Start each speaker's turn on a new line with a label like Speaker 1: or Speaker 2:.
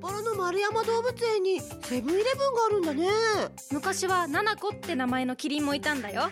Speaker 1: 原の丸山動物園にセブンイレブンがあるんだね
Speaker 2: 昔はナナコって名前のキリンもいたんだよ